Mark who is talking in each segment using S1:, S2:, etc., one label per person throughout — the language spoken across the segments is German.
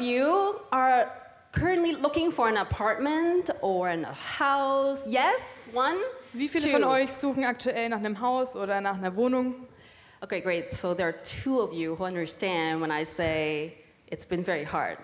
S1: you are currently looking for an apartment or a house, yes, one,
S2: Wie viele
S1: two.
S2: von euch suchen aktuell nach einem Haus oder nach einer Wohnung?
S1: Okay, great. So there are two of you who understand when I say it's been very hard.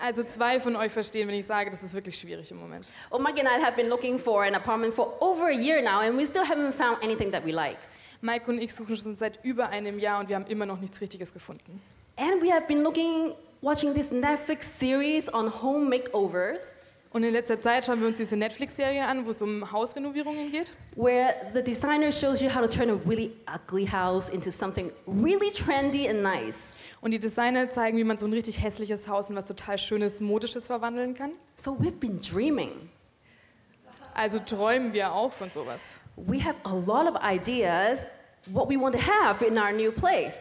S2: Also zwei von euch verstehen, wenn ich sage, das ist wirklich schwierig im Moment.
S1: Well, Mike Oh, and I have been looking for an apartment for over a year now, and we still haven't found anything that we liked.
S2: Mike und ich suchen schon seit über einem Jahr und wir haben immer noch nichts Richtiges gefunden.
S1: And we have been looking, watching this Netflix series on home makeovers,
S2: Und in letzter Zeit schauen wir uns diese Netflix-Serie an, wo es um Hausrenovierungen geht.
S1: where the designer shows you how to turn a really ugly house into something really trendy and nice.
S2: Und die Designer zeigen, wie man so ein richtig hässliches Haus in was total Schönes, Modisches verwandeln kann.
S1: So we've been dreaming.
S2: Also träumen wir auch von sowas.
S1: We have a lot of ideas what we want to have in our new place.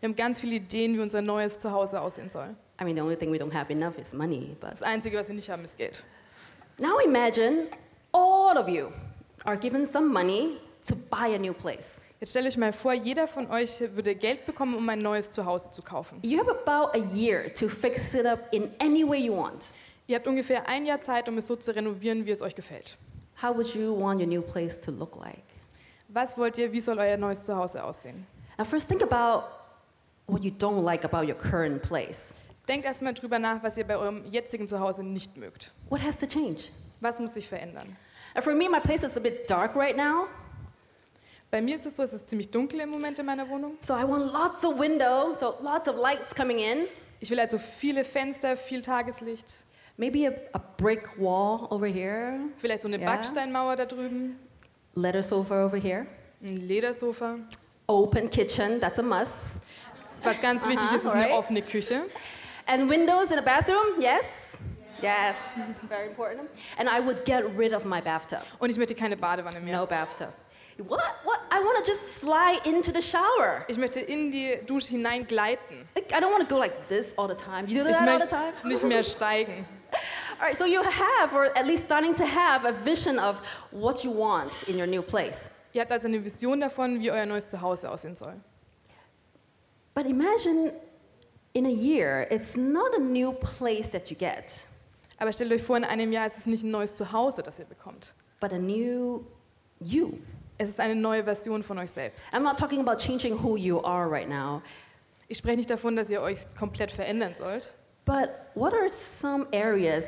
S2: Wir haben ganz viele Ideen, wie unser neues Zuhause aussehen soll.
S1: I mean, the only thing we don't have enough is money, but
S2: Das Einzige, was wir nicht haben, ist Geld.
S1: now imagine all of you are given some money to buy a new place.
S2: Jetzt stelle ich mal vor, jeder von euch würde Geld bekommen, um ein neues Zuhause zu kaufen.
S1: You have about a year to fix it up in any way you want.
S2: Ihr habt ungefähr ein Jahr Zeit, um es so zu renovieren, wie es euch gefällt.
S1: How would you want your new place to look like?
S2: Was wollt ihr, wie soll euer neues Zuhause aussehen?
S1: Now, first, think about what you don't like about your current place.
S2: Denkt erstmal drüber nach, was ihr bei eurem jetzigen Zuhause nicht mögt.
S1: What has to change?
S2: Was muss sich verändern?
S1: And for me, my place is a bit dark right now,
S2: Bei mir ist es so, es ist ziemlich dunkel im Moment in meiner Wohnung.
S1: so I want lots of windows, so lots of lights coming in.
S2: Ich will also viele Fenster, viel Tageslicht,
S1: Maybe a, a brick wall over here,
S2: vielleicht so also eine
S1: Ja.
S2: Backsteinmauer da drüben,
S1: leather sofa over here,
S2: ein Ledersofa.
S1: open kitchen, that's a must,
S2: Was ganz wichtig
S1: Aha,
S2: ist, ist
S1: alright.
S2: eine offene Küche.
S1: and windows in a bathroom, yes? Yes, very important. And I would get rid of my bathtub.
S2: Und ich möchte keine Badewanne mehr.
S1: No bathtub. What? What? I want to just slide into the shower.
S2: Ich möchte in die Dusche hineingleiten.
S1: Like, I don't want to go like this all the time. You do
S2: Ich
S1: that all the
S2: möchte
S1: time?
S2: nicht mehr steigen.
S1: All right, so you have, or at least starting to have, a vision of what you want in your new place.
S2: Ihr habt also eine Vision davon, wie euer neues Zuhause aussehen soll.
S1: But imagine in a year, it's not a new place that you get,
S2: Aber stellt euch vor, in einem Jahr ist es nicht ein neues Zuhause, das ihr bekommt.
S1: but a new you.
S2: Es ist eine neue Version von euch selbst.
S1: I'm not talking about changing who you are right now,
S2: Ich spreche nicht davon, dass ihr euch komplett verändern sollt.
S1: but what are some areas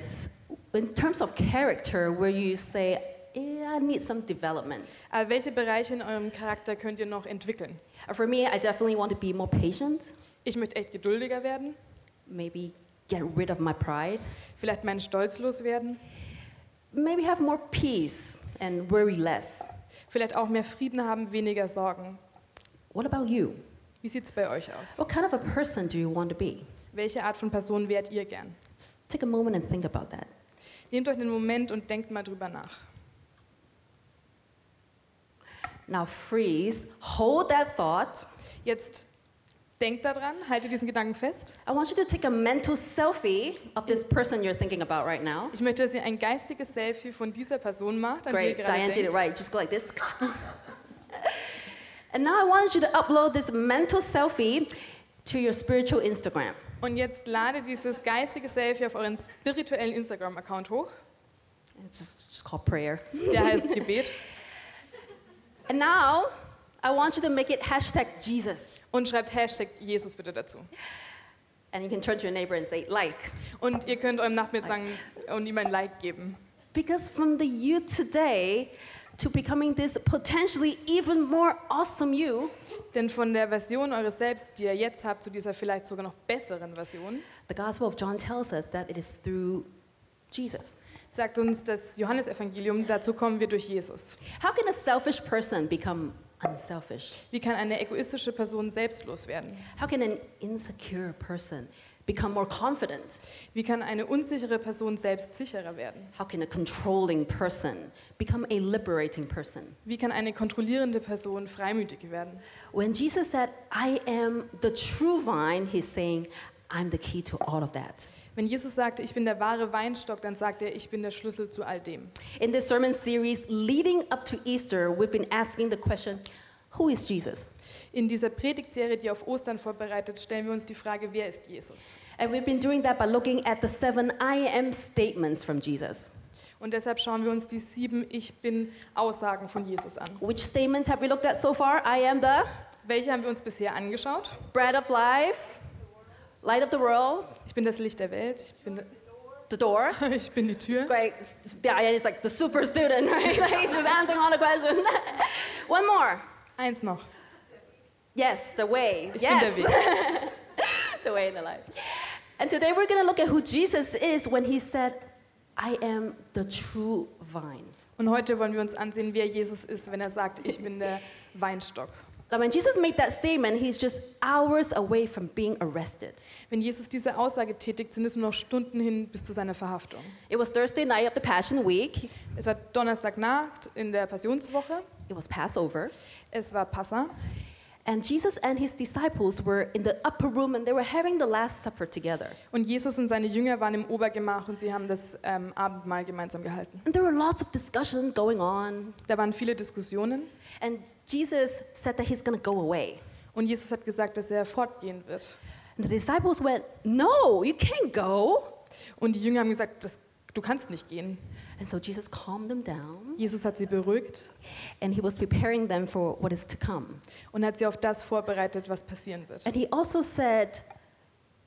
S1: in terms of character where you say, yeah, I need some development?
S2: Aber welche Bereiche in eurem Charakter könnt ihr noch entwickeln?
S1: Uh, For me, I definitely want to be more patient,
S2: Ich möchte echt geduldiger werden,
S1: maybe get rid of my pride,
S2: vielleicht meinen Stolz loswerden,
S1: maybe have more peace and worry less.
S2: vielleicht auch mehr Frieden haben, weniger Sorgen.
S1: What about you?
S2: Wie sieht es bei euch aus?
S1: What kind of a person do you want to be?
S2: Welche Art von Person wärt ihr gern?
S1: Take a moment and think about that.
S2: Nehmt euch einen Moment und denkt mal drüber nach.
S1: Now freeze, hold that thought.
S2: Jetzt denkt daran, haltet diesen Gedanken fest.
S1: I want you to take a mental selfie of this person you're thinking about right now.
S2: Ich möchte, dass ihr ein geistiges Selfie von dieser Person macht, an
S1: Great,
S2: die ihr
S1: Diane
S2: gerade
S1: did it
S2: denkt.
S1: right. Just go like this. and now I want you to upload this mental selfie to your spiritual Instagram.
S2: Und jetzt ladet dieses geistige Selfie auf euren spirituellen Instagram-Account hoch.
S1: It's just, just called prayer.
S2: Der heißt Gebet.
S1: And now I want you to make it hashtag Jesus.
S2: Und schreibt Hashtag Jesus bitte dazu.
S1: And you can turn to your neighbor and say, like.
S2: Und ihr könnt eurem Nachbarn jetzt sagen und ihm ein Like geben.
S1: Because from the you today to becoming this potentially even more awesome you,
S2: Denn von der Version eures Selbst, die ihr jetzt habt, zu dieser vielleicht sogar noch besseren Version,
S1: the Gospel of John tells us that it is through Jesus.
S2: sagt uns das Johannesevangelium, dazu kommen wir durch Jesus.
S1: How can a selfish person become unselfish?
S2: Wie kann eine egoistische Person selbstlos werden?
S1: How can an insecure person become more confident?
S2: Wie kann eine unsichere Person selbstsicherer werden?
S1: How can a controlling person become a liberating person?
S2: Wie kann eine kontrollierende Person freimütig werden?
S1: When Jesus said, I am the true vine, he's saying, I'm the key to all of that.
S2: Wenn Jesus sagte, ich bin der wahre Weinstock, dann sagt er, ich bin der Schlüssel zu all dem.
S1: In this sermon series leading up to Easter, we've been asking the question, who is Jesus?
S2: In dieser Predigtserie, die auf Ostern vorbereitet, stellen wir uns die Frage, wer ist Jesus?
S1: And we've been doing that by looking at the seven I am statements from Jesus.
S2: Und deshalb schauen wir uns die sieben Ich bin Aussagen von Jesus an.
S1: Which statements have we looked at so far? I am the
S2: Welche haben wir uns bisher angeschaut?
S1: bread of life, light of the world,
S2: Ich bin das Licht der Welt, ich bin,
S1: the door.
S2: ich bin die Tür.
S1: Great. Yeah, yeah, it's like the super student, right? Like just answering all the questions. One more.
S2: Eins noch,
S1: Yes, the way.
S2: ich
S1: yes,
S2: bin der Weg.
S1: the way in the life. And today we're going to look at who Jesus is when he said, I am the true vine.
S2: Und heute wollen wir uns ansehen, wer Jesus ist, wenn er sagt, ich bin der Weinstock.
S1: Now, when Jesus made that statement, he's just hours away from being arrested.
S2: Wenn Jesus diese Aussage tätigt, sind es nur noch Stunden hin bis zu seiner Verhaftung.
S1: It was Thursday night of the Passion Week.
S2: Es war Donnerstagnacht in der Passionswoche.
S1: It was Passover.
S2: Es war Passa.
S1: And Jesus and his disciples were in the upper room and they were having the Last Supper together.
S2: Und Jesus und seine Jünger waren im Obergemach und sie haben das ähm, Abendmahl gemeinsam gehalten.
S1: And there were lots of discussions going on.
S2: Da waren viele Diskussionen
S1: And Jesus said that he's going to go away.
S2: und Jesus hat gesagt, dass er fortgehen wird.
S1: And the disciples went, No, you can't go.
S2: Und die Jünger haben gesagt, das, du kannst nicht gehen.
S1: And so Jesus calmed them down
S2: Jesus hat sie beruhigt
S1: and he was preparing them for what is to come.
S2: und hat sie auf das vorbereitet, was passieren wird.
S1: And he also said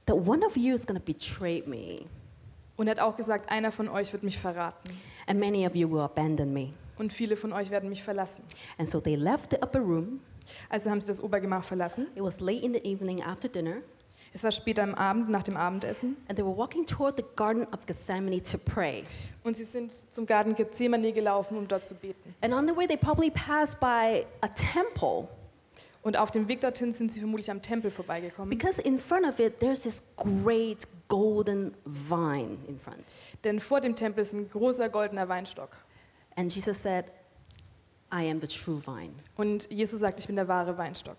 S1: that one of you is going to betray me
S2: Und hat auch gesagt, einer von euch wird mich verraten
S1: and many of you will abandon me.
S2: und viele von euch werden mich verlassen.
S1: And so they left the upper room.
S2: Also haben sie das Obergemach verlassen.
S1: It was late in the evening after dinner
S2: Es war später am Abend, nach dem Abendessen.
S1: and they were walking toward the Garden of Gethsemane to pray.
S2: Und sie sind zum Garten Gethsemane gelaufen, um dort zu beten.
S1: And on the way, they probably passed by a temple
S2: Und auf dem Weg dorthin sind sie vermutlich am Tempel vorbeigekommen.
S1: because in front of it, there's this great golden vine in front.
S2: Denn vor dem Tempel ist ein großer goldener Weinstock.
S1: And Jesus said, I am the true vine.
S2: Und Jesus sagt, ich bin der wahre Weinstock.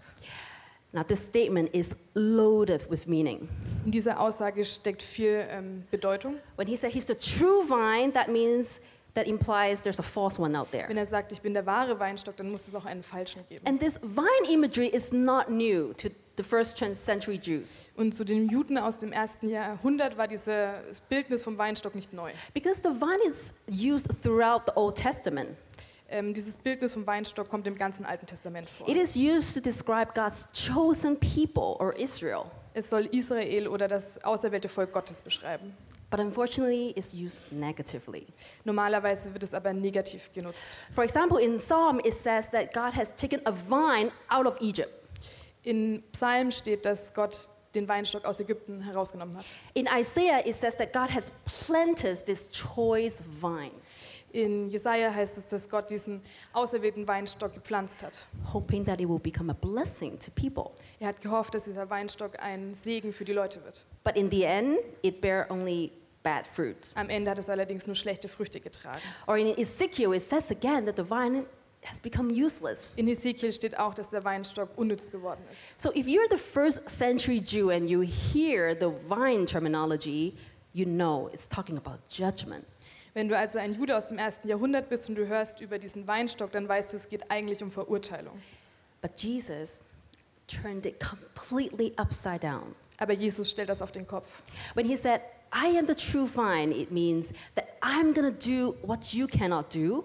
S1: Now, this statement is loaded with meaning.
S2: In dieser Aussage steckt viel ähm, Bedeutung.
S1: When he said he's the true vine, that means, that implies there's a false one out there.
S2: Wenn er sagt, ich bin der wahre Weinstock, dann muss es auch einen falschen geben.
S1: And this vine imagery is not new to the first tran- century Jews
S2: Und zu den Juden aus dem ersten Jahrhundert war dieses Bildnis vom Weinstock nicht neu.
S1: because the vine is used throughout the Old Testament.
S2: Ähm, dieses Bildnis vom Weinstock kommt im ganzen Alten Testament vor.
S1: It is used to describe God's chosen people or Israel,
S2: Es soll Israel oder das auserwählte Volk Gottes beschreiben.
S1: but unfortunately, it's used negatively.
S2: Normalerweise wird es aber negativ genutzt.
S1: For example, in Psalm, it says that God has taken a vine out of Egypt.
S2: In Psalm steht, dass Gott den Weinstock aus Ägypten herausgenommen hat.
S1: In Isaiah, it says that God has planted this choice vine,
S2: In Jesaja heißt es, dass Gott diesen auserwählten Weinstock gepflanzt hat.
S1: hoping that it will become a blessing to people.
S2: Er hat gehofft, dass dieser Weinstock ein Segen für die Leute wird.
S1: But in the end, it bare only bad fruit.
S2: Am Ende hat es allerdings nur schlechte Früchte getragen.
S1: Or in Ezekiel, it says again that the vine has become useless.
S2: In Hesekiel steht auch, dass der Weinstock unnütz geworden ist.
S1: So if you're the first century Jew and you hear the vine terminology, you know it's talking about judgment.
S2: Wenn du also ein Jude aus dem ersten Jahrhundert bist und du hörst über diesen Weinstock, dann weißt du, es geht eigentlich um Verurteilung.
S1: But Jesus turned it completely upside down.
S2: Aber Jesus stellt das auf den Kopf.
S1: When he said, I am the true vine, it means that I'm going to do what you cannot do,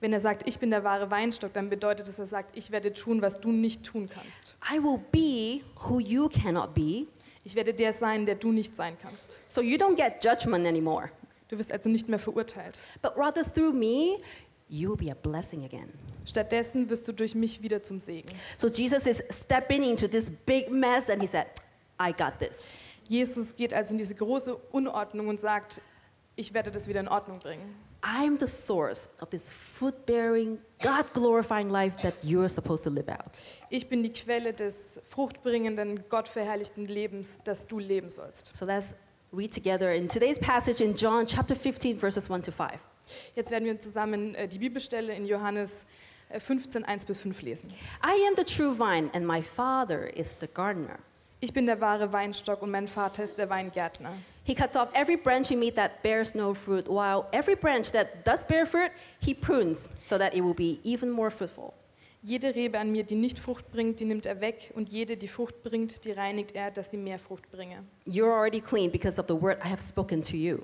S2: Wenn er sagt, ich bin der wahre Weinstock, dann bedeutet es, er sagt, ich werde tun, was du nicht tun kannst.
S1: I will be who you cannot be,
S2: Ich werde der sein, der du nicht sein kannst.
S1: so you don't get judgment anymore.
S2: Du wirst also nicht mehr verurteilt.
S1: But rather through me, you will be a blessing again.
S2: Stattdessen wirst du durch mich wieder zum Segen.
S1: So Jesus is stepping into this big mess and he said, I got this.
S2: Jesus geht also in diese große Unordnung und sagt, ich werde das wieder in Ordnung bringen.
S1: I'm the source of this fruit bearing, God glorifying life that you're supposed to live out.
S2: Ich bin die Quelle des fruchtbringenden, gottverherrlichten Lebens, das du leben sollst.
S1: So let's read together in today's passage in John chapter 15, verses 1 to 5.
S2: Jetzt werden wir zusammen äh, die Bibelstelle in Johannes äh, 15, 1 bis 5 lesen.
S1: I am the true vine, and my Father is the gardener.
S2: Ich bin der wahre Weinstock und mein Vater ist der Weingärtner.
S1: He cuts off every branch in me that bears no fruit, while every branch that does bear fruit, he prunes so that it will be even more fruitful.
S2: Jede Rebe an mir, die nicht Frucht bringt, die nimmt er weg, und jede, die Frucht bringt, die reinigt er, dass sie mehr Frucht bringe.
S1: You're already clean because of the word I have spoken to you.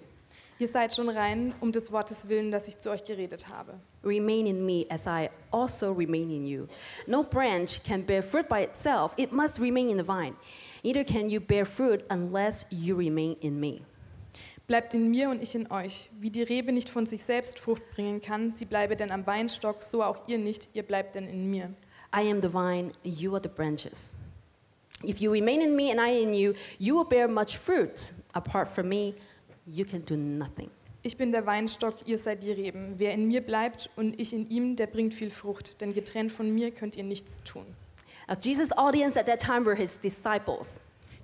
S2: Ihr seid schon rein, um des Wortes willen, das ich zu euch geredet habe.
S1: Remain in me as I also remain in you. No branch can bear fruit by itself, it must remain in the vine. Neither can you bear fruit unless you remain in me.
S2: Bleibt in mir und ich in euch. Wie die Rebe nicht von sich selbst Frucht bringen kann, sie bleibe denn am Weinstock, so auch ihr nicht, ihr bleibt denn in mir.
S1: I am the vine, you are the branches. If you remain in me and I in you, you will bear much fruit. Apart from me, you can do nothing.
S2: Ich bin der Weinstock, ihr seid die Reben. Wer in mir bleibt und ich in ihm, der bringt viel Frucht, denn getrennt von mir könnt ihr nichts tun.
S1: Now, Jesus' audience at that time were his disciples.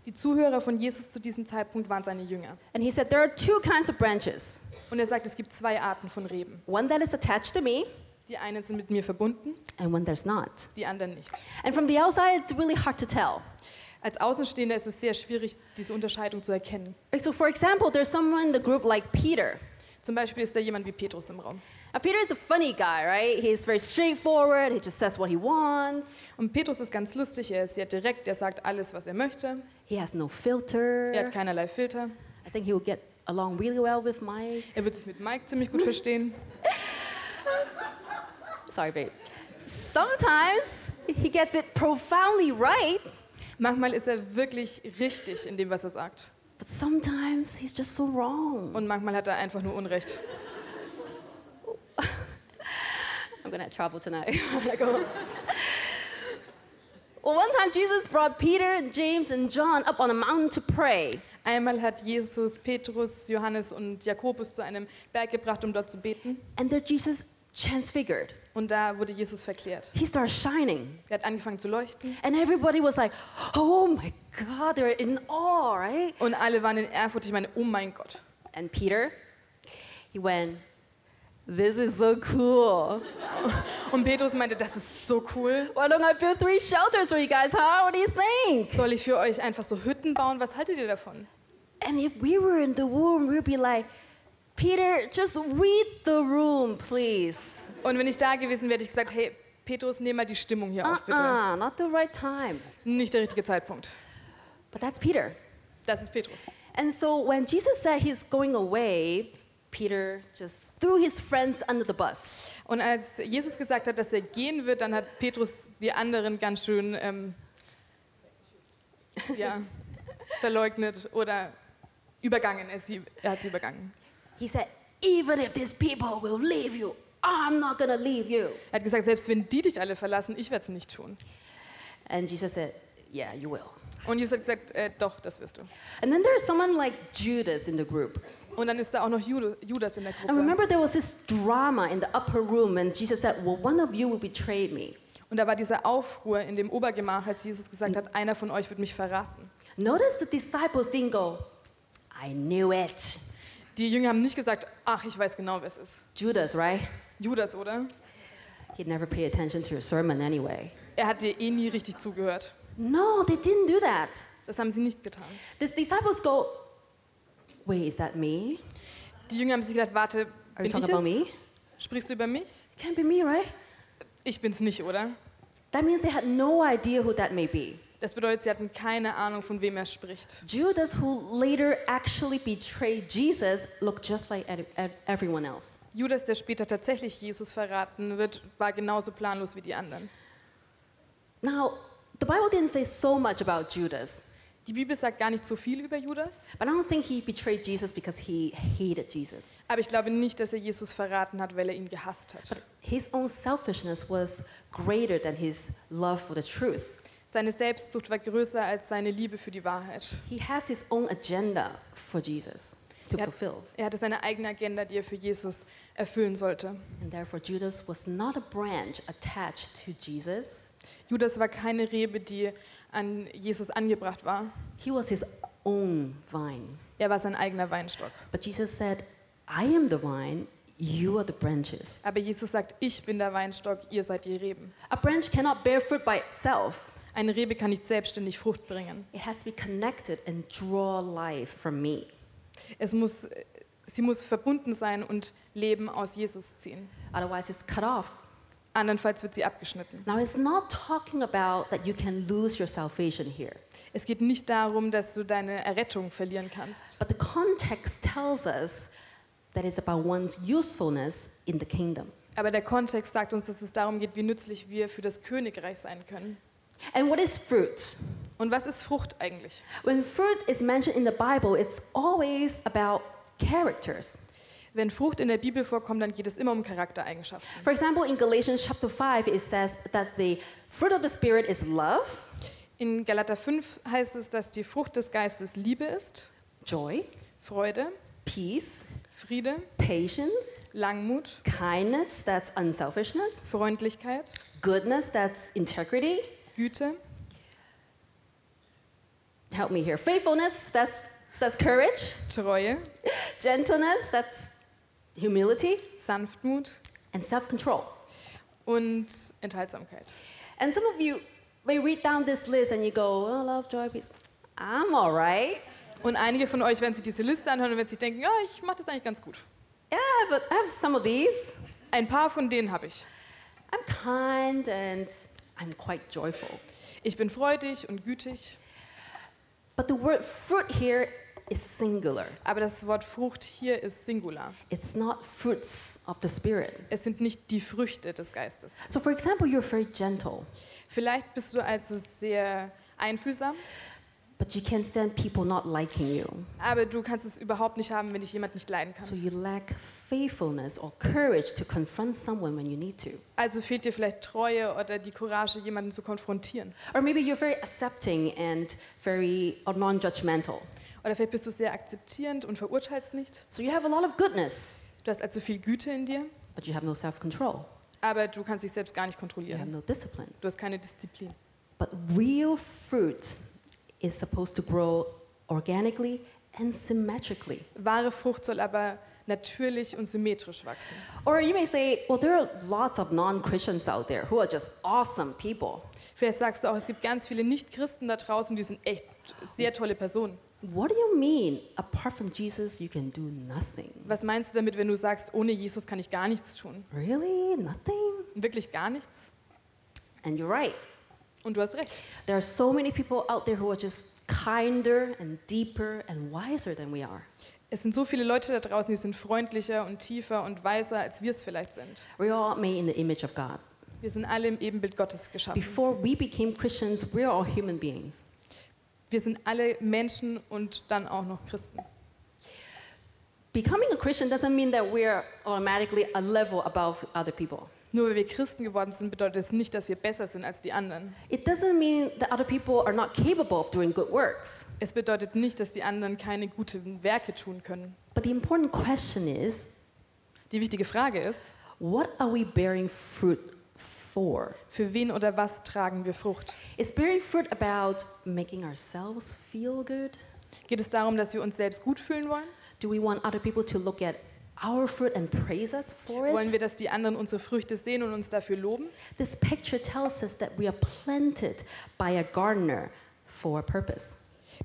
S2: Die Zuhörer von Jesus zu diesem Zeitpunkt waren seine Jünger.
S1: And he said, There are two kinds of branches
S2: Und er sagt, es gibt zwei Arten von Reben.
S1: one that is attached to me,
S2: Die einen sind mit mir verbunden,
S1: and one that's not.
S2: die anderen nicht.
S1: And from the outside, it's really hard to tell.
S2: Als Außenstehender ist es sehr schwierig, diese Unterscheidung zu erkennen.
S1: So, for example, there's someone in the group like Peter.
S2: Zum Beispiel ist da jemand wie Petrus im Raum.
S1: Now, Peter is a funny guy, right? He's very straightforward, he just says what he wants,
S2: Und Petrus ist ganz lustig, er ist sehr direkt, er sagt alles, was er möchte,
S1: he has no filter.
S2: er hat keinerlei Filter,
S1: I think he will get along really well with Mike.
S2: er wird sich mit Mike ziemlich gut verstehen.
S1: Sorry, babe. Sometimes he gets it profoundly right,
S2: Manchmal ist er wirklich richtig in dem, was er sagt.
S1: but sometimes he's just so wrong.
S2: Und manchmal hat er einfach nur Unrecht.
S1: I'm gonna have trouble tonight. when I go home. well, one time Jesus brought Peter, James, and John up on a mountain to pray.
S2: Einmal hat Jesus Petrus, Johannes und Jakobus zu einem Berg gebracht, um dort zu beten.
S1: And there Jesus transfigured.
S2: Und da wurde Jesus verklärt.
S1: He started shining.
S2: Er hat angefangen zu leuchten.
S1: And everybody was like, oh my God, they're in awe, right?
S2: Und alle waren in Ehrfurcht. Ich meine, oh mein Gott.
S1: And Peter, he went, this is so cool.
S2: Und Petrus meinte, das ist so cool.
S1: Why don't I build three shelters for you guys, huh? What do you think?
S2: Soll ich für euch einfach so Hütten bauen? Was haltet ihr davon?
S1: And if we were in the room, we'd be like, Peter, just read the room, please.
S2: Und wenn ich da gewesen wäre, hätte ich gesagt, hey, Petrus, nimm mal die Stimmung hier auf, bitte.
S1: Uh-uh, not the right time.
S2: Nicht der richtige Zeitpunkt.
S1: But that's Peter.
S2: Das ist Petrus.
S1: And so when Jesus said he's going away, Peter just threw his friends under the bus.
S2: Und als Jesus gesagt hat, dass er gehen wird, dann hat Petrus die anderen ganz schön ähm, ja, verleugnet oder übergangen. Er, sie, er hat sie übergangen.
S1: He said, even if these people will leave you, I'm not gonna leave you.
S2: Er hat gesagt, selbst wenn die dich alle verlassen, ich werde es nicht tun.
S1: And Jesus said, yeah, you will.
S2: Und Jesus hat gesagt, äh, doch, das wirst du.
S1: And then there's someone like Judas in the group.
S2: Und dann ist da auch noch Judas Judas in der
S1: And
S2: Gruppe.
S1: remember, there was this drama in the upper room, and Jesus said, Well, one of you will betray me.
S2: Und da war dieser Aufruhr in dem Obergemach, als Jesus gesagt hat, einer von euch wird mich verraten.
S1: Notice the disciples didn't go, I knew it.
S2: Die Jünger haben nicht gesagt, ach, ich weiß genau, wer es ist.
S1: Judas, right?
S2: Judas, oder?
S1: He'd never pay attention to your sermon anyway.
S2: Er hat dir eh nie richtig zugehört.
S1: No, they didn't do that.
S2: Das haben sie nicht getan.
S1: The disciples go, Wait, is that me?
S2: Die Jünger haben sich gedacht, warte,
S1: Are you
S2: bin ich
S1: talking about
S2: es?
S1: me?
S2: Sprichst du über mich?
S1: Can't be me, right?
S2: Ich bin's nicht, oder?
S1: That means they had no idea who that may be.
S2: Das bedeutet, sie hatten keine Ahnung, von wem er spricht.
S1: Judas, who later actually betrayed Jesus, looked just like ed- ed- everyone else.
S2: Judas, der später tatsächlich Jesus verraten wird, war genauso planlos wie die anderen.
S1: Now, the Bible didn't say so much about Judas.
S2: Die Bibel sagt gar nicht so viel über Judas,
S1: But I don't think he betrayed Jesus because he hated Jesus.
S2: aber ich glaube nicht, dass er Jesus verraten hat, weil er ihn gehasst hat.
S1: His own selfishness was greater than his love for the truth.
S2: Seine Selbstsucht war größer als seine Liebe für die Wahrheit.
S1: He has his own agenda for Jesus to
S2: Yep.
S1: fulfill.
S2: Er hatte seine eigene Agenda, die er für Jesus erfüllen sollte.
S1: And therefore, Judas was not a branch attached to Jesus.
S2: Judas war keine Rebe, die an Jesus angebracht war.
S1: He was his own vine.
S2: Er war sein eigener Weinstock.
S1: But Jesus said, I am the vine, you are the branches.
S2: Aber Jesus sagt, ich bin der Weinstock, ihr seid die Reben.
S1: A branch cannot bear fruit by itself,
S2: Eine Rebe kann nicht selbstständig Frucht bringen.
S1: it has to be connected and draw life from me.
S2: Es muss, äh, sie muss verbunden sein und Leben aus Jesus ziehen.
S1: Otherwise, it's cut off
S2: andernfalls wird sie abgeschnitten.
S1: Now, it's not talking about that you can lose your salvation here,
S2: Es geht nicht darum, dass du deine Errettung verlieren kannst,
S1: but the context tells us that it's about one's usefulness in the kingdom.
S2: aber der Kontext sagt uns, dass es darum geht, wie nützlich wir für das Königreich sein können.
S1: And what is fruit?
S2: Und was ist Frucht eigentlich?
S1: When fruit is mentioned in the Bible, it's always about characters.
S2: Wenn Frucht in der Bibel vorkommt, dann geht es immer um Charaktereigenschaften.
S1: For example, in Galatians chapter 5, it says that the fruit of the Spirit is love,
S2: In Galater 5 heißt es, dass die Frucht des Geistes Liebe ist,
S1: joy,
S2: Freude,
S1: peace,
S2: Friede,
S1: patience,
S2: Langmut,
S1: kindness, that's unselfishness,
S2: Freundlichkeit,
S1: goodness, that's integrity.
S2: Güte,
S1: Help me here. Faithfulness, that's, that's courage,
S2: Treue,
S1: gentleness, that's humility,
S2: Sanftmut
S1: and self control.
S2: und Enthaltsamkeit.
S1: And some of you may read down this list and you go, oh, love, joy, peace. I'm all right.
S2: Und einige von euch werden sich diese Liste anhören und werden sich denken, ja, ich mache das eigentlich ganz gut.
S1: Yeah, but I have some of these.
S2: Ein paar von denen habe ich.
S1: I'm kind and I'm quite joyful.
S2: Ich bin freudig und gütig,
S1: But the word fruit here is singular.
S2: aber das Wort Frucht hier ist Singular.
S1: It's not fruits of the spirit.
S2: Es sind nicht die Früchte des Geistes.
S1: So for example, you're very gentle,
S2: Vielleicht bist du also sehr einfühlsam,
S1: but you can't stand people not liking you.
S2: aber du kannst es überhaupt nicht haben, wenn dich jemand nicht leiden
S1: So
S2: kann.
S1: you lack faithfulness or courage to confront someone when you need to.
S2: Also fehlt dir vielleicht Treue oder die Courage, jemanden zu konfrontieren.
S1: Or maybe you're very accepting and very or non-judgmental.
S2: Oder vielleicht bist du sehr akzeptierend und verurteilst nicht.
S1: So you have a lot of goodness,
S2: Du hast also viel Güte in dir,
S1: but you have no self-control.
S2: aber du kannst dich selbst gar nicht
S1: You have
S2: kontrollieren.
S1: no discipline.
S2: Du hast keine Disziplin.
S1: But real fruit is supposed to grow organically and symmetrically.
S2: Wahre Frucht soll aber natürlich und symmetrisch wachsen.
S1: Or you may say, well, there are lots of non Christians out there who are just awesome people.
S2: Vielleicht sagst du auch, es gibt ganz viele Nichtchristen da draußen, die sind echt sehr tolle Personen.
S1: What do you mean, apart from Jesus, you can do nothing?
S2: Was meinst du damit, wenn du sagst, ohne Jesus kann ich gar nichts tun?
S1: Really? Nothing?
S2: Wirklich gar nichts?
S1: And you're right.
S2: Und du hast recht.
S1: There are so many people out there who are just kinder and deeper and wiser than we are.
S2: Es sind so viele Leute da draußen, die sind freundlicher und tiefer und weiser, als wir es vielleicht sind.
S1: We're all made in the image of God.
S2: Wir sind alle im Ebenbild Gottes geschaffen.
S1: Before we became Christians, we're all human beings.
S2: Wir sind alle Menschen und dann auch noch Christen.
S1: Becoming a Christian doesn't mean that we're automatically a level above other people.
S2: Nur weil wir Christen geworden sind, bedeutet es nicht, dass wir besser sind als die anderen.
S1: It doesn't mean that other people are not capable of doing good works.
S2: Es bedeutet nicht, dass die anderen keine guten Werke tun können.
S1: But the important question is
S2: Die wichtige Frage ist,
S1: what are we bearing fruit for?
S2: für wen oder was tragen wir Frucht?
S1: Is bearing fruit about making ourselves feel good?
S2: Geht es darum, dass wir uns selbst gut fühlen wollen?
S1: Do we want other people to look at our fruit and praise us for
S2: Wollen wir,
S1: it?
S2: dass die anderen unsere Früchte sehen und uns dafür loben?
S1: This picture tells us that we are planted by a gardener for a purpose.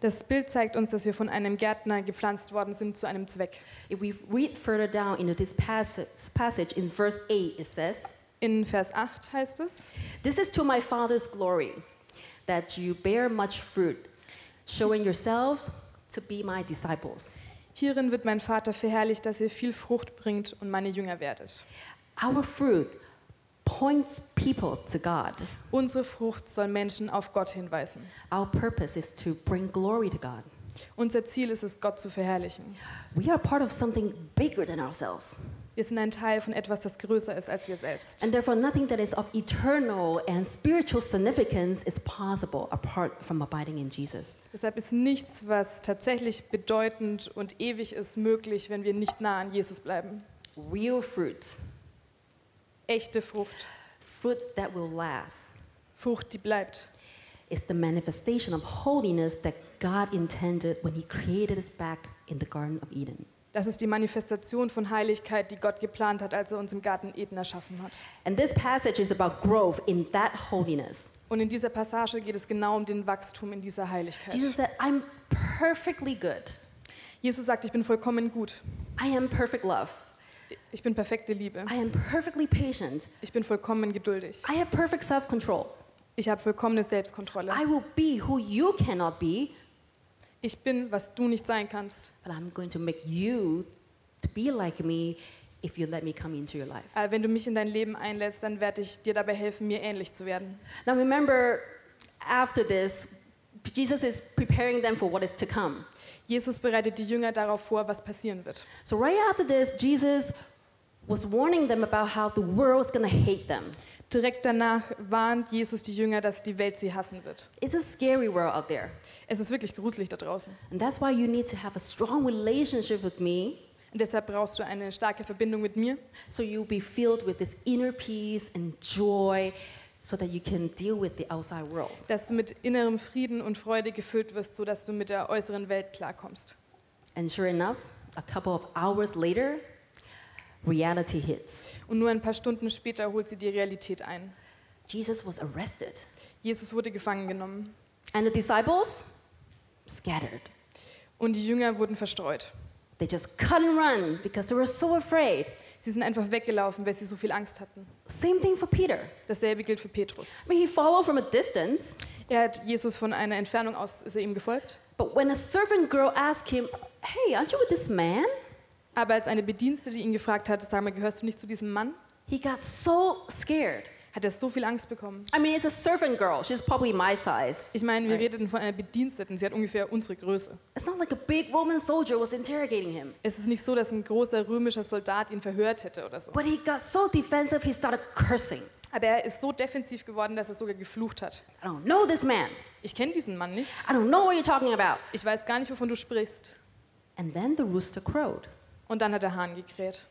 S2: Das Bild zeigt uns, dass wir von einem Gärtner gepflanzt worden sind zu einem Zweck.
S1: If we read further down into this passage, passage in verse 8, it says,
S2: In Vers 8 heißt es,
S1: This is to my Father's glory, that you bear much fruit, showing yourselves to be my disciples.
S2: hierin wird mein Vater verherrlicht, dass ihr viel Frucht bringt und meine Jünger werdet.
S1: Our fruit points people to God.
S2: Unsere Frucht soll Menschen auf Gott hinweisen.
S1: Our purpose is to bring glory to God.
S2: Unser Ziel ist es, Gott zu verherrlichen.
S1: We are part of something bigger than ourselves,
S2: Wir sind ein Teil von etwas, das größer ist als wir selbst.
S1: and therefore nothing that is of eternal and spiritual significance is possible apart from abiding in Jesus.
S2: Deshalb ist nichts, was tatsächlich bedeutend und ewig ist, möglich, wenn wir nicht nah an Jesus bleiben.
S1: Real fruit,
S2: Echte Frucht,
S1: fruit that will last,
S2: Frucht, die bleibt.
S1: is the manifestation of holiness that God intended when He created us back in the Garden of Eden.
S2: Das ist die Manifestation von Heiligkeit, die Gott geplant hat, als er uns im Garten Eden erschaffen hat.
S1: And this passage is about growth in that holiness.
S2: Und in dieser Passage geht es genau um den Wachstum in dieser Heiligkeit.
S1: Jesus said, I'm perfectly good.
S2: Jesus sagt, ich bin vollkommen gut.
S1: I am perfect love.
S2: Ich bin perfekte Liebe.
S1: I am perfectly patient.
S2: Ich bin vollkommen geduldig.
S1: I have perfect self control.
S2: Ich habe vollkommene Selbstkontrolle.
S1: I will be who you cannot be,
S2: Ich bin, was du nicht sein kannst.
S1: but I'm going to make you to be like me if you let me come into your life.
S2: Äh, wenn du mich in dein Leben einlässt, dann werde ich dir dabei helfen, mir ähnlich zu werden.
S1: Now remember, after this, Jesus is preparing them for what is to come.
S2: Jesus bereitet die Jünger darauf vor, was passieren wird.
S1: So right after this, Jesus was warning them about how the world is going to hate them.
S2: Direkt danach warnt Jesus die Jünger, dass die Welt sie hassen wird.
S1: It's a scary world out there.
S2: Es ist wirklich gruselig da draußen.
S1: And that's why you need to have a strong relationship with me
S2: Und deshalb brauchst du eine starke Verbindung mit mir,
S1: so you'll be filled with this inner peace and joy so that you can deal with the outside world.
S2: dass du mit innerem Frieden und Freude gefüllt wirst, sodass du mit der äußeren Welt klarkommst.
S1: And sure enough, a couple of hours later, reality hits.
S2: Und nur ein paar Stunden später holt sie die Realität ein.
S1: Jesus was arrested,
S2: Jesus wurde gefangen genommen
S1: and the disciples scattered.
S2: und die Jünger wurden verstreut.
S1: They just cut and run because they were so afraid.
S2: Sie sind einfach weggelaufen, weil sie so viel Angst hatten.
S1: Same thing for Peter.
S2: Dasselbe gilt für Petrus.
S1: I mean, he followed from a distance,
S2: Er hat Jesus von einer Entfernung aus, ist er ihm gefolgt.
S1: but when a servant girl asked him, Hey, aren't you with this man?
S2: Aber als eine Bedienstete ihn gefragt hat, sag mal, gehörst du nicht zu diesem Mann?
S1: He got so scared.
S2: Hat er so viel Angst bekommen.
S1: I mean, it's a servant girl. She's probably my size.
S2: Ich meine, wir
S1: Right.
S2: redeten von einer Bediensteten. Sie hat ungefähr unsere Größe.
S1: It's not like a big Roman soldier was interrogating him.
S2: Es ist nicht so, dass ein großer römischer Soldat ihn verhört hätte oder so.
S1: But he got so defensive, he started cursing.
S2: Aber er ist so defensiv geworden, dass er sogar geflucht hat.
S1: I don't know this man.
S2: Ich kenne diesen Mann nicht.
S1: I don't know what you're talking about.
S2: Ich weiß gar nicht, wovon du sprichst.
S1: And then the rooster crowed.
S2: Und dann hat der Hahn gekräht.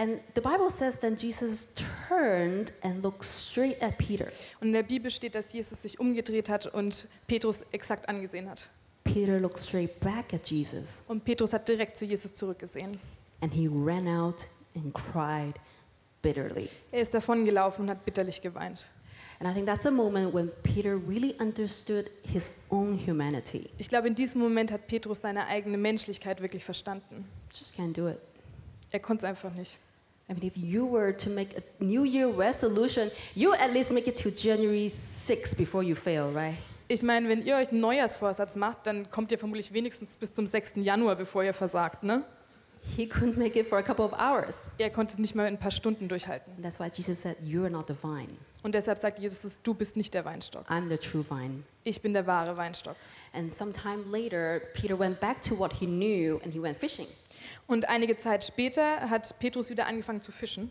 S1: And the Bible says then Jesus turned and looked straight at Peter.
S2: Und in der Bibel steht, dass Jesus sich umgedreht hat und Petrus exakt angesehen hat.
S1: Peter looked straight back at Jesus
S2: Und Petrus hat direkt zu Jesus zurückgesehen.
S1: and he ran out and cried bitterly.
S2: Er ist davongelaufen und hat bitterlich geweint.
S1: And I think that's a moment when Peter really understood his own humanity.
S2: Ich glaube, in diesem Moment hat Petrus seine eigene Menschlichkeit wirklich verstanden.
S1: Just can't do it.
S2: Er konnte es einfach nicht.
S1: I mean, if you were to make a New Year resolution, you at least make it till January 6 before you fail, right?
S2: Ich meine, wenn ihr euch einen Neujahrsvorsatz macht, dann kommt ihr vermutlich wenigstens bis zum 6. Januar, bevor ihr versagt, ne?
S1: He couldn't make it for a couple of hours.
S2: Er konnte es nicht mal ein paar Stunden durchhalten.
S1: And that's why Jesus said, You are not the vine,
S2: Und deshalb sagt Jesus, du bist nicht der Weinstock.
S1: I'm the true vine.
S2: Ich bin der wahre Weinstock.
S1: And sometime later, Peter went back to what he knew and he went fishing.
S2: Und einige Zeit später hat Petrus wieder angefangen zu fischen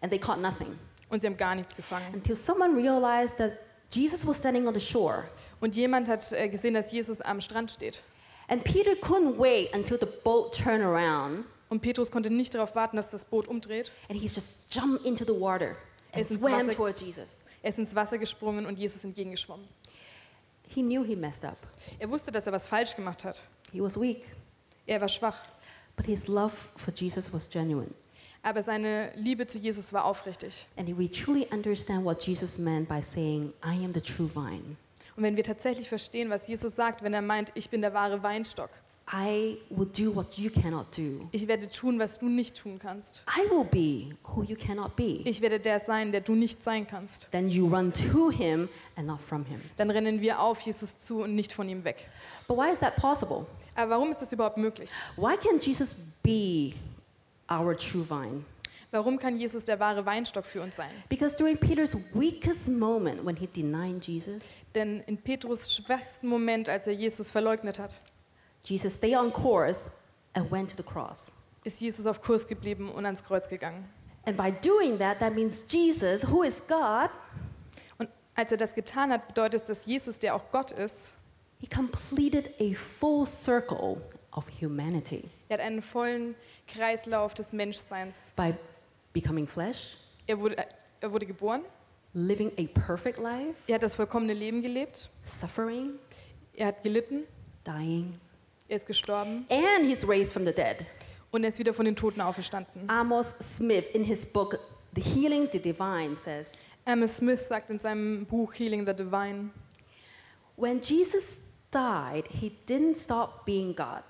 S1: And they caught nothing
S2: und sie haben gar nichts gefangen.
S1: until someone realized that Jesus was standing on the shore.
S2: Und jemand hat äh, gesehen, dass Jesus am Strand steht.
S1: And Peter couldn't wait until the boat turned around
S2: Und Petrus konnte nicht darauf warten, dass das Boot umdreht.
S1: and he just jumped into the water and
S2: Es ist
S1: swam
S2: Wasser-
S1: toward Jesus.
S2: Er ist ins Wasser gesprungen und Jesus entgegengeschwommen.
S1: He knew he messed up,
S2: Er wusste, dass er was falsch gemacht hat.
S1: he was weak.
S2: Er war schwach.
S1: But his love for Jesus was genuine.
S2: Aber seine Liebe zu Jesus war aufrichtig.
S1: And we truly understand what Jesus meant by saying, I am the true vine.
S2: Und wenn wir tatsächlich verstehen, was Jesus sagt, wenn er meint, ich bin der wahre Weinstock,
S1: I will do what you cannot do.
S2: ich werde tun, was du nicht tun kannst.
S1: I will be who you cannot be.
S2: Ich werde der sein, der du nicht sein kannst.
S1: Then you run to him and not from him.
S2: Dann rennen wir auf Jesus zu und nicht von ihm weg.
S1: But why is that possible?
S2: Aber warum ist das überhaupt möglich?
S1: Why can Jesus be our true vine?
S2: Warum kann Jesus der wahre Weinstock für uns sein?
S1: Because during Peter's weakest moment when he denied Jesus,
S2: Denn in Petrus schwächsten Moment, als er Jesus verleugnet hat,
S1: Jesus stayed on course and went to the cross.
S2: ist Jesus auf Kurs geblieben und ans Kreuz gegangen.
S1: And by doing that, that means Jesus, who is God,
S2: Und als er das getan hat, bedeutet es, dass Jesus, der auch Gott ist,
S1: He completed a full circle of humanity
S2: er hat einen vollen Kreislauf des Menschseins.
S1: by becoming flesh,
S2: Er wurde, er wurde geboren,
S1: living a perfect life,
S2: er hat das vollkommene Leben gelebt,
S1: suffering,
S2: er hat gelitten,
S1: dying,
S2: er ist gestorben
S1: and he's raised from the dead.
S2: und er ist wieder von den Toten auferstanden.
S1: Amos Smith, in his book, The Healing the Divine, says
S2: Amos Smith sagt in seinem Buch Healing the Divine,
S1: When Jesus died, he didn't stop being God.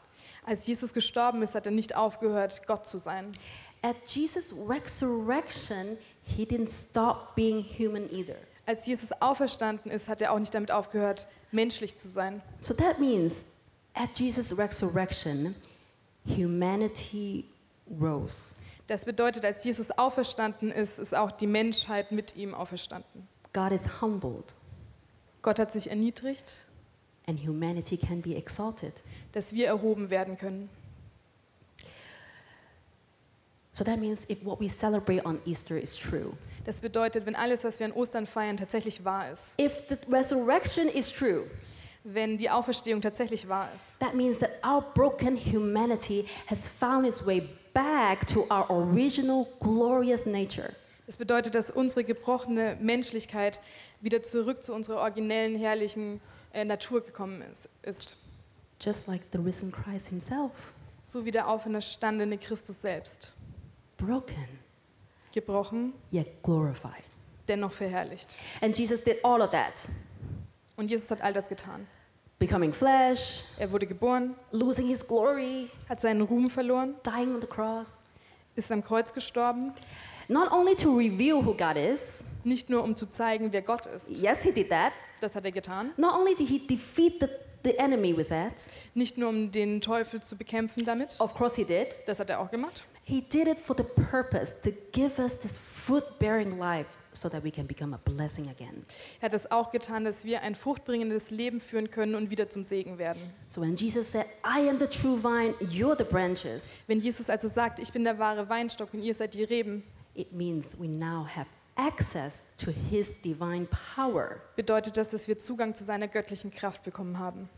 S2: als Jesus gestorben ist, hat er nicht aufgehört, Gott zu sein.
S1: At Jesus' resurrection, he didn't stop being human either.
S2: Als Jesus auferstanden ist, hat er auch nicht damit aufgehört, menschlich zu sein.
S1: So that means at Jesus' resurrection, humanity rose.
S2: Das bedeutet, als Jesus auferstanden ist, ist auch die Menschheit mit ihm auferstanden.
S1: God is humbled,
S2: Gott hat sich erniedrigt,
S1: and humanity can be exalted.
S2: dass wir erhoben werden können.
S1: So that means if what we celebrate on Easter is true,
S2: Das bedeutet, wenn alles, was wir an Ostern feiern, tatsächlich wahr ist,
S1: if the resurrection is true,
S2: wenn die Auferstehung tatsächlich wahr ist,
S1: that means that our broken humanity has found its way back to our original glorious nature.
S2: das bedeutet, dass unsere gebrochene Menschlichkeit wieder zurück zu unserer originellen, herrlichen äh, Natur gekommen ist, ist.
S1: just like the risen Christ himself,
S2: So wie der auferstandene Christus selbst.
S1: broken
S2: Gebrochen,
S1: yet glorified.
S2: dennoch verherrlicht.
S1: And Jesus did all of that,
S2: Und Jesus hat all das getan.
S1: becoming flesh,
S2: Er wurde geboren,
S1: losing his glory,
S2: hat seinen Ruhm verloren,
S1: dying on the cross,
S2: ist am Kreuz gestorben,
S1: not only to reveal who God is,
S2: nicht nur um zu zeigen, wer Gott ist.
S1: yes, he did that,
S2: Das hat er getan.
S1: not only did he defeat the, the enemy with that,
S2: Nicht nur um den Teufel zu bekämpfen damit.
S1: of course he did,
S2: Das hat er auch gemacht.
S1: he did it for the purpose to give us this fruit bearing life so that we can become a blessing again.
S2: Er hat es auch getan, dass wir ein fruchtbringendes Leben führen können und wieder zum Segen werden.
S1: So when Jesus said, I am the true vine, you're the branches,
S2: Wenn Jesus also sagt, ich bin der wahre Weinstock und ihr seid die Reben,
S1: It means we now have access to His divine power
S2: bedeutet das, dass wir Zugang zu seiner göttlichen Kraft bekommen haben.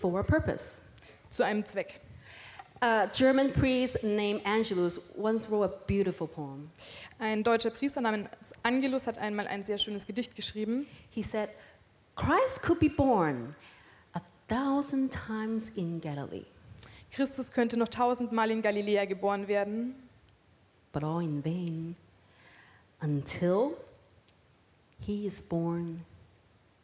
S1: for a purpose.
S2: Zu einem Zweck.
S1: A German priest named Angelus once wrote a beautiful poem.
S2: Ein deutscher Priester namens Angelus hat einmal ein sehr schönes Gedicht geschrieben.
S1: He said, Christ could be born a thousand times in Galilee,
S2: Christus könnte noch tausendmal in Galiläa geboren werden,
S1: but all in vain until he is born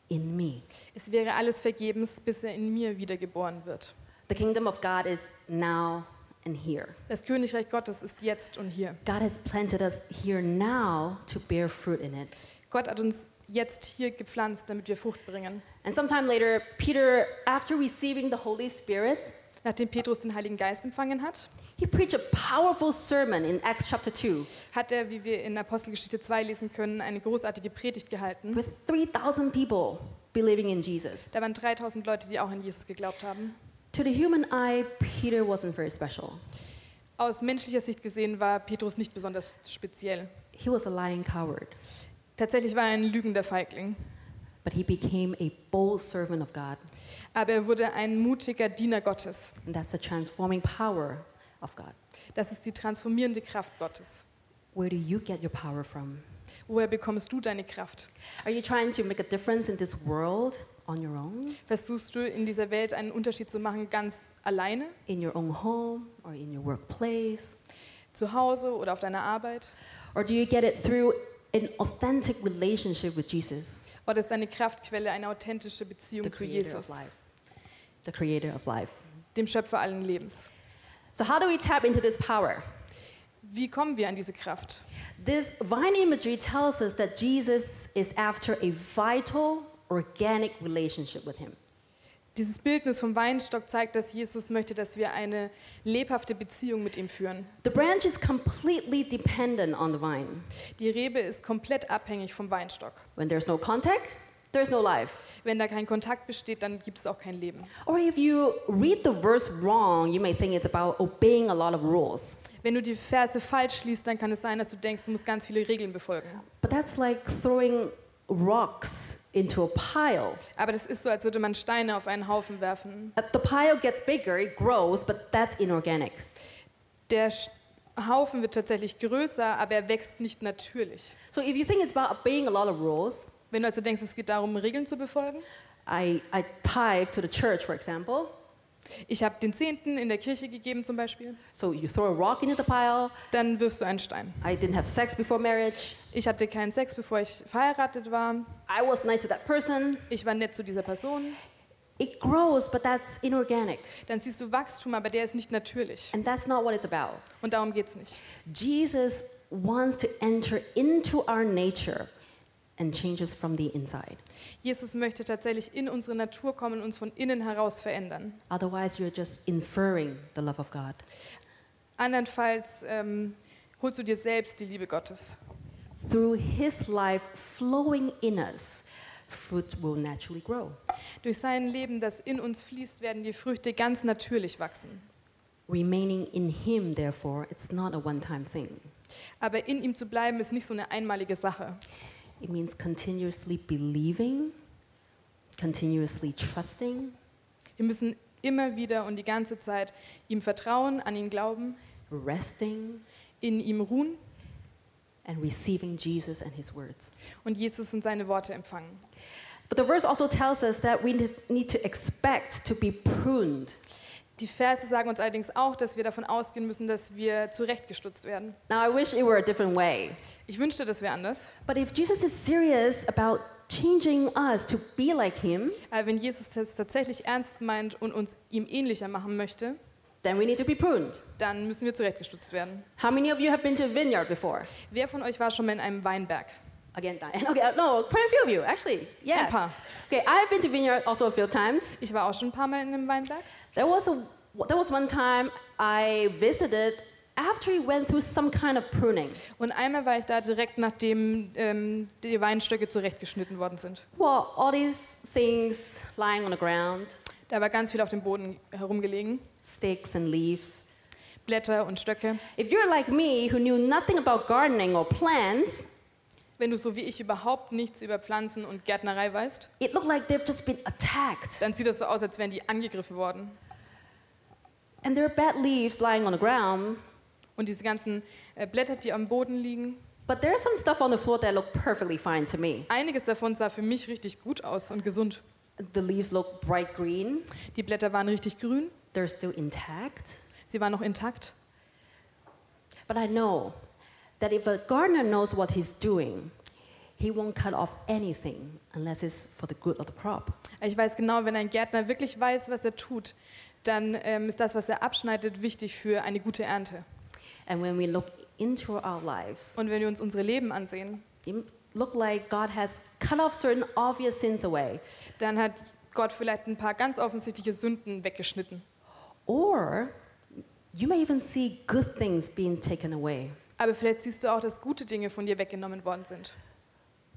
S1: in me.
S2: Es wäre alles vergebens, bis er in mir wiedergeboren wird.
S1: The kingdom of God is now and here.
S2: Das Königreich Gottes ist jetzt und hier.
S1: God has planted us here now to bear fruit in it.
S2: Gott hat uns jetzt hier gepflanzt, damit wir Frucht bringen.
S1: And sometime later, Peter, after receiving the Holy Spirit,
S2: Nachdem Petrus den Heiligen Geist empfangen hat,
S1: he preached a powerful sermon in Acts chapter 2
S2: hat er, wie wir in Apostelgeschichte 2 lesen können, eine großartige Predigt gehalten.
S1: with 3,000 people believing in Jesus.
S2: Da waren 3000 Leute, die auch an Jesus geglaubt haben.
S1: To the human eye, Peter wasn't very special.
S2: Aus menschlicher Sicht gesehen war Petrus nicht besonders speziell.
S1: He was a lying coward,
S2: Tatsächlich war er ein lügender Feigling.
S1: but he became a bold servant of God.
S2: Aber er wurde ein mutiger Diener Gottes.
S1: And that's the transforming power of God.
S2: Das ist die transformierende Kraft Gottes.
S1: Where do you get your power from?
S2: Woher bekommst du deine Kraft?
S1: Are you trying to make a difference in this world on your own,
S2: Versuchst du in dieser Welt einen Unterschied zu machen, ganz alleine,
S1: in your own home, or in your workplace?
S2: zu Hause oder auf deiner Arbeit?
S1: Or do you get it through an authentic relationship with Jesus,
S2: Oder ist deine Kraftquelle eine authentische Beziehung zu Jesus,
S1: The creator of life.
S2: dem Schöpfer allen Lebens?
S1: So, how do we tap into this power?
S2: Wie kommen wir an diese Kraft?
S1: This vine imagery tells us that Jesus is after a vital, organic relationship with Him.
S2: Dieses Bildnis vom Weinstock zeigt, dass Jesus möchte, dass wir eine lebhafte Beziehung mit ihm führen.
S1: The branch is completely dependent on the vine.
S2: Die Rebe ist komplett abhängig vom Weinstock.
S1: When there's no contact, there's no life.
S2: Wenn da kein Kontakt besteht, dann gibt es auch kein Leben.
S1: Or if you read the verse wrong, you may think it's about obeying a lot of rules.
S2: Wenn du die Verse falsch liest, dann kann es sein, dass du denkst, du musst ganz viele Regeln befolgen.
S1: But that's like throwing rocks into a pile.
S2: Aber das ist so, als würde man Steine auf einen Haufen werfen.
S1: Uh, The pile gets bigger, it grows, but that's inorganic.
S2: Der Sch- Haufen wird tatsächlich größer, aber er wächst nicht natürlich.
S1: So if you think it's about obeying a lot of rules,
S2: Wenn du also denkst, es geht darum, Regeln zu befolgen,
S1: I, I tithe to the church, for example.
S2: ich habe den Zehnten in der Kirche gegeben zum Beispiel,
S1: So you throw a rock into the pile.
S2: dann wirfst du einen Stein.
S1: I didn't have sex before marriage.
S2: Ich hatte keinen Sex, bevor ich verheiratet war.
S1: I was nice to that person.
S2: Ich war nett zu dieser Person.
S1: It grows, but that's inorganic.
S2: Dann siehst du Wachstum, aber der ist nicht natürlich.
S1: And that's not what it's about.
S2: Und darum geht es nicht.
S1: Jesus wants to enter into our nature and change us from the inside.
S2: Jesus möchte tatsächlich in unsere Natur kommen und uns von innen heraus verändern.
S1: Otherwise, you're just inferring the love of God.
S2: Andernfalls ähm, holst du dir selbst die Liebe Gottes.
S1: Through his life flowing in us, fruit will naturally grow.
S2: Durch sein Leben, das in uns fließt, werden die Früchte ganz natürlich wachsen.
S1: Remaining in him, therefore, it's not a one time thing.
S2: Aber in ihm zu bleiben, ist nicht so eine einmalige Sache.
S1: It means continuously believing, continuously trusting,
S2: Wir müssen immer wieder und die ganze Zeit ihm vertrauen, an ihn glauben,
S1: resting,
S2: in ihm ruhen
S1: and receiving Jesus and his words.
S2: und Jesus und seine Worte empfangen.
S1: But the verse also tells us that we need- need to expect to be pruned.
S2: Die Verse sagen uns allerdings auch, dass wir davon ausgehen müssen, dass wir zurechtgestutzt werden.
S1: Now, I wish it were a different way.
S2: Ich wünschte, das wäre anders.
S1: But if Jesus is serious about changing us to be like him,
S2: Aber wenn Jesus es tatsächlich ernst meint und uns ihm ähnlicher machen möchte,
S1: then we need to be pruned.
S2: dann müssen wir zurechtgestutzt werden.
S1: How many of you have been to a vineyard before?
S2: Wer von euch war schon mal in einem Weinberg?
S1: Again, Diane. Okay, uh, no, quite a few of you, actually.
S2: Ein
S1: Yeah.
S2: paar.
S1: Okay, I've been to vineyard also a few times.
S2: Ich war auch schon ein paar Mal in einem Weinberg.
S1: There was a there was one time I visited after he went through some kind of pruning.
S2: Und einmal war ich da direkt, nachdem ähm, die Weinstöcke zurechtgeschnitten worden sind.
S1: Well, all these things lying on the ground,
S2: Da war ganz viel auf dem Boden herumgelegen.
S1: sticks and leaves.
S2: Blätter und Stöcke.
S1: If you're like me, who knew nothing about gardening or plants,
S2: Wenn du so wie ich überhaupt nichts über Pflanzen und Gärtnerei weißt,
S1: it looked like they've just been attacked.
S2: dann sieht das so aus, als wären die angegriffen worden.
S1: And there are bad leaves lying on the ground,
S2: Und diese ganzen äh, Blätter, die am Boden liegen,
S1: but there's some stuff on the floor that looked perfectly fine to me.
S2: einiges davon sah für mich richtig gut aus und gesund.
S1: The leaves look bright green,
S2: Die Blätter waren richtig grün,
S1: they're still intact.
S2: sie waren noch intakt.
S1: But I know that if a gardener knows what he's doing, he won't cut off anything unless it's for the good of the crop.
S2: Ich weiß genau, wenn ein Gärtner wirklich weiß, was er tut, dann ähm, ist das, was er abschneidet, wichtig für eine gute Ernte.
S1: And when we look into our lives,
S2: Und wenn wir uns unsere Leben ansehen,
S1: it look like God has cut off certain obvious sins away,
S2: dann hat Gott vielleicht ein paar ganz offensichtliche Sünden weggeschnitten.
S1: or you may even see good things being taken away,
S2: Aber vielleicht siehst du auch, dass gute Dinge von dir weggenommen worden sind.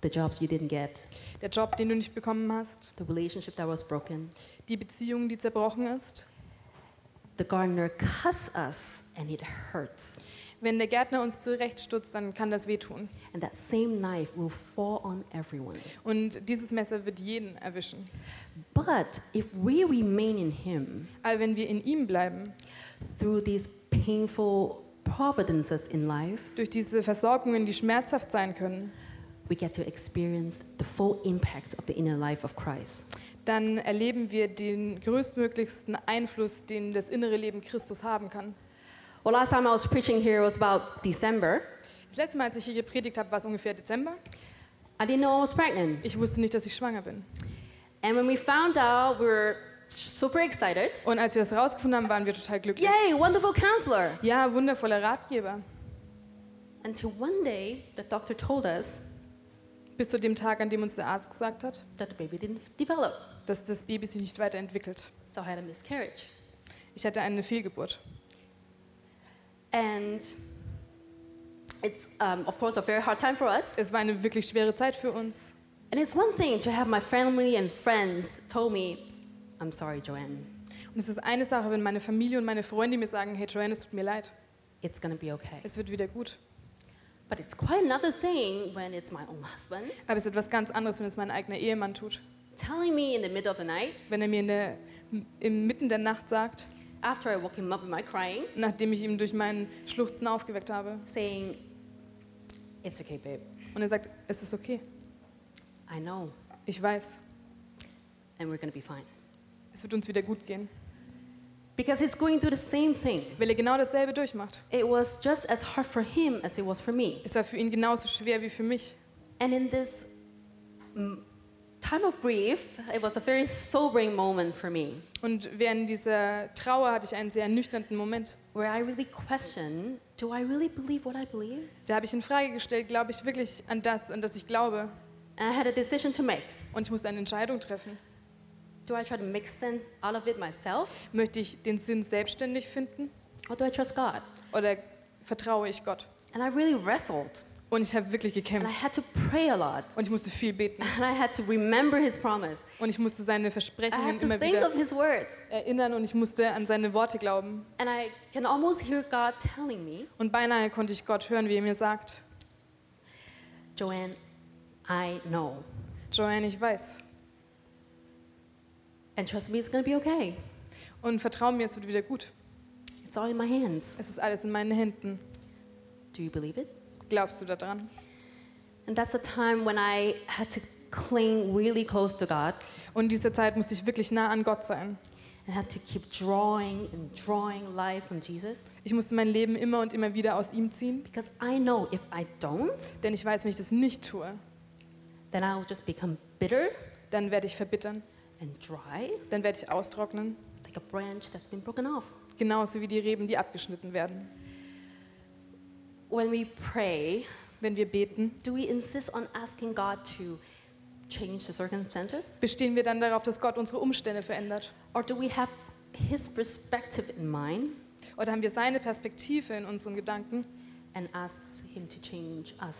S1: the jobs you didn't get,
S2: Der Job, den du nicht bekommen hast,
S1: the relationship that was broken.
S2: die Beziehung, die zerbrochen ist.
S1: The gardener cuss us and it hurts.
S2: Wenn der Gärtner uns zurechtstutzt, dann kann das wehtun.
S1: And that same knife will fall on everyone.
S2: Und dieses Messer wird jeden erwischen.
S1: But if we remain in Him
S2: Aber wenn wir in ihm bleiben,
S1: through these painful providences in life,
S2: durch diese Versorgungen, die schmerzhaft sein können,
S1: we get to experience the full impact of the inner life of Christ.
S2: dann erleben wir den größtmöglichsten Einfluss, den das innere Leben Christus haben kann.
S1: Well, last time I was preaching here was about December.
S2: Das letzte Mal, als ich hier gepredigt habe, war es ungefähr Dezember.
S1: I didn't know I was pregnant.
S2: Ich wusste nicht, dass ich schwanger bin.
S1: And when we found out, we were super excited.
S2: Und als wir das rausgefunden haben, waren wir total glücklich.
S1: Yay, wonderful counselor.
S2: Ja, wundervoller Ratgeber.
S1: Until one day, the doctor told us
S2: Bis zu dem Tag, an dem uns der Arzt gesagt hat,
S1: that the baby didn't develop.
S2: dass das Baby sich nicht weiterentwickelt.
S1: So I had a miscarriage.
S2: Ich hatte eine Fehlgeburt.
S1: And it's, um, of course, a very hard time for us.
S2: Es war eine wirklich schwere Zeit für uns.
S1: And it's one thing to have my family and friends told me, I'm sorry, Joanne,
S2: Und es ist eine Sache, wenn meine Familie und meine Freunde mir sagen, hey Joanne, es tut mir leid,
S1: it's gonna be okay.
S2: es wird wieder gut.
S1: But it's quite another thing when it's my own husband
S2: Aber es ist etwas ganz anderes, wenn es mein eigener Ehemann tut.
S1: telling me in the middle of the night,
S2: Wenn er mir in der, im Mitten der Nacht sagt,
S1: after I woke him up with my crying,
S2: nachdem ich ihn durch meinen Schluchzen aufgeweckt habe,
S1: saying, It's okay, babe.
S2: und er sagt, es ist okay,
S1: I know,
S2: ich weiß,
S1: and we're gonna be fine.
S2: es wird uns wieder gut gehen,
S1: Because he's going through the same thing.
S2: weil er genau dasselbe durchmacht.
S1: It was just as hard for him as it was for me.
S2: Es war für ihn genauso schwer wie für mich.
S1: And in this mm, time of grief, it was a very sobering moment for me
S2: Und während dieser Trauer hatte ich einen sehr ernüchternden Moment.
S1: where I really questioned do I really believe what I believe?
S2: Da habe ich in Frage gestellt, glaube ich wirklich an das, an das ich glaube.
S1: And I had a decision to make.
S2: Und ich musste eine Entscheidung treffen.
S1: Do I try to make sense out of it myself
S2: Möchte ich den Sinn selbstständig finden
S1: or do I trust God?
S2: oder vertraue ich Gott?
S1: And I really wrestled.
S2: Und ich habe wirklich
S1: And I
S2: gekämpft.
S1: had to pray a lot.
S2: Und ich musste viel beten.
S1: And I had to remember his promise.
S2: Und ich musste seine
S1: I
S2: Versprechungen
S1: had to
S2: immer
S1: think of
S2: wieder
S1: his words.
S2: erinnern und ich musste an seine Worte glauben.
S1: And I can almost hear God telling me,
S2: Und beinahe konnte ich Gott hören, wie er mir sagt,
S1: Joanne, I know.
S2: Joanne, ich weiß.
S1: And trust me, it's going to be okay.
S2: Und vertrau mir, es wird wieder gut.
S1: It's all in my hands.
S2: Es ist alles in meinen Händen.
S1: Do you believe it?
S2: Glaubst du daran?
S1: And that's a time when I had to cling really close to God
S2: Und in dieser Zeit musste ich wirklich nah an Gott sein.
S1: and had to keep drawing and drawing life from Jesus
S2: Ich musste mein Leben immer und immer wieder aus ihm ziehen,
S1: because I know if I don't,
S2: denn ich weiß, wenn ich das nicht tue,
S1: then I'll just become bitter
S2: dann werde ich verbittern,
S1: and dry
S2: dann werde ich austrocknen,
S1: like a branch that's been broken off.
S2: genauso wie die Reben, die abgeschnitten werden.
S1: When we pray,
S2: Wenn wir beten,
S1: do we insist on asking God to change the circumstances?
S2: bestehen wir dann darauf, dass Gott unsere Umstände verändert?
S1: Or do we have His perspective in mind
S2: Oder haben wir seine Perspektive in unseren Gedanken
S1: and ask Him to change us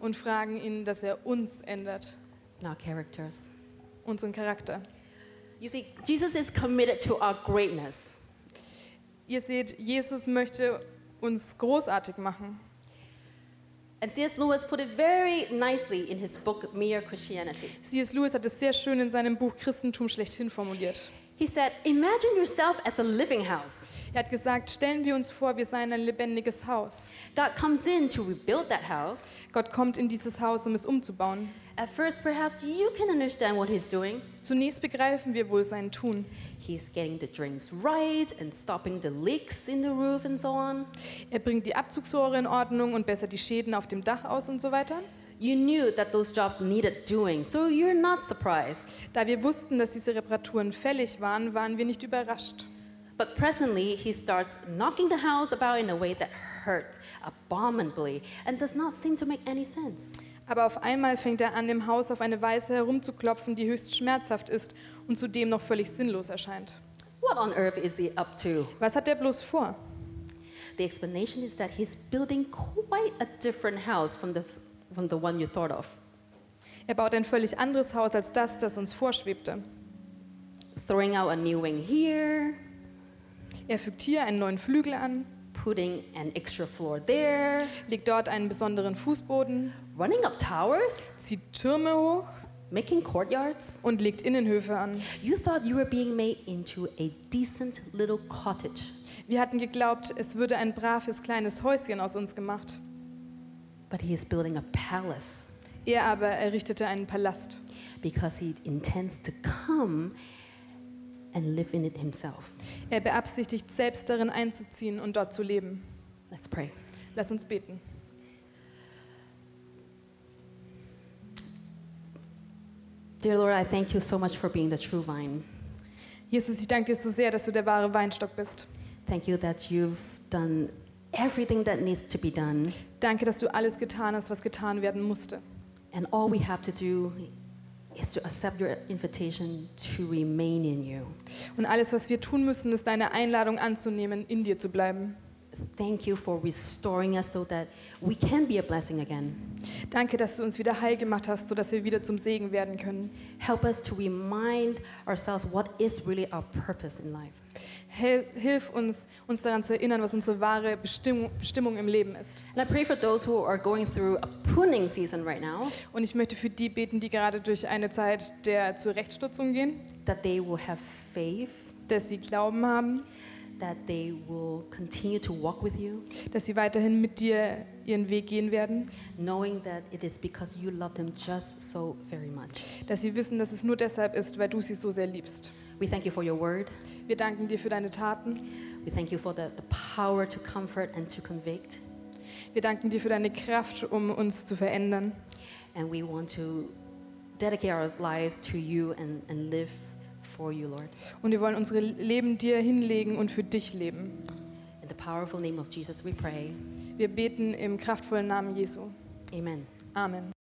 S2: und fragen ihn, dass er uns ändert,
S1: and our characters?
S2: unseren Charakter?
S1: You see, Jesus is committed to our greatness.
S2: Ihr seht, Jesus möchte uns großartig machen.
S1: And C.S. Lewis put it very nicely in his book, Mere Christianity.
S2: C.S. Lewis hat es sehr schön in seinem Buch Christentum schlechthin formuliert.
S1: He said, Imagine yourself as a living house.
S2: Er hat gesagt, stellen wir uns vor, wir seien ein lebendiges Haus.
S1: God comes in to rebuild that house.
S2: Gott kommt in dieses Haus, um es umzubauen.
S1: At first, perhaps you can understand what he's doing.
S2: Zunächst begreifen wir wohl sein Tun.
S1: He's getting the drains right and stopping the leaks in the roof and so on.
S2: Er bringt die Abzugsrohre in Ordnung und bessert die Schäden auf dem Dach aus und so weiter.
S1: You knew that those jobs needed doing, so you're not surprised.
S2: Da wir wussten, dass diese Reparaturen fällig waren, waren wir nicht überrascht.
S1: But presently, he starts knocking the house about in a way that hurts abominably and does not seem to make any sense.
S2: Aber auf einmal fängt er an, im Haus auf eine Weise herumzuklopfen, die höchst schmerzhaft ist und zudem noch völlig sinnlos erscheint.
S1: What on earth is he up to?
S2: Was hat er bloß vor?
S1: The explanation is that he's building quite a different house from the, from the one you thought of.
S2: Er baut ein völlig anderes Haus als das, das uns vorschwebte.
S1: Throwing out a new wing here,
S2: Er fügt hier einen neuen Flügel an,
S1: putting an extra floor there,
S2: legt dort einen besonderen Fußboden,
S1: running up towers,
S2: zieht Türme hoch
S1: making courtyards.
S2: und legt Innenhöfe an.
S1: You thought you were being made into a decent little cottage,
S2: Wir hatten geglaubt, es würde ein braves kleines Häuschen aus uns gemacht.
S1: but he is building a palace
S2: Er aber errichtete einen Palast,
S1: because he intends to come and live in it himself.
S2: Er beabsichtigt, selbst darin einzuziehen und dort zu leben.
S1: Let's pray.
S2: Lass uns beten.
S1: Dear Lord, I thank you so much for being the true vine.
S2: Jesus, ich danke dir so sehr, dass du der wahre Weinstock bist.
S1: Thank you that you've done everything that needs to be done.
S2: Danke, dass du alles getan hast, was getan werden musste.
S1: And all we have to do is to accept your invitation to remain in you.
S2: Und alles, was wir tun müssen, ist deine Einladung anzunehmen, in dir zu bleiben.
S1: Thank you for restoring us so that we can be a blessing again.
S2: Danke, dass du uns wieder heil gemacht hast, sodass wir wieder zum Segen werden können.
S1: Help us to remind ourselves what is really our purpose in life.
S2: Hel hilf uns, uns daran zu erinnern, was unsere wahre Bestimmung, Bestimmung im Leben ist.
S1: And I pray for those who are going through a pruning season right now
S2: Und ich möchte für die beten, die gerade durch eine Zeit der Zurechtstutzung gehen,
S1: that they will have faith,
S2: dass sie Glauben haben,
S1: that they will continue to walk with you,
S2: dass sie weiterhin mit dir ihren Weg gehen werden,
S1: knowing that it is because you love them just so very much.
S2: dass sie wissen, dass es nur deshalb ist, weil du sie so sehr liebst.
S1: We thank you for your word.
S2: Wir danken dir für deine Taten,
S1: We thank you for the, the power to comfort and to convict.
S2: wir danken dir für deine Kraft, um uns zu verändern.
S1: And we want to dedicate our lives to you and, and live for you, Lord.
S2: Und wir wollen unsere Leben dir hinlegen und für dich leben.
S1: In the powerful name of Jesus, we pray.
S2: Wir beten im kraftvollen Namen Jesu.
S1: Amen.
S2: Amen.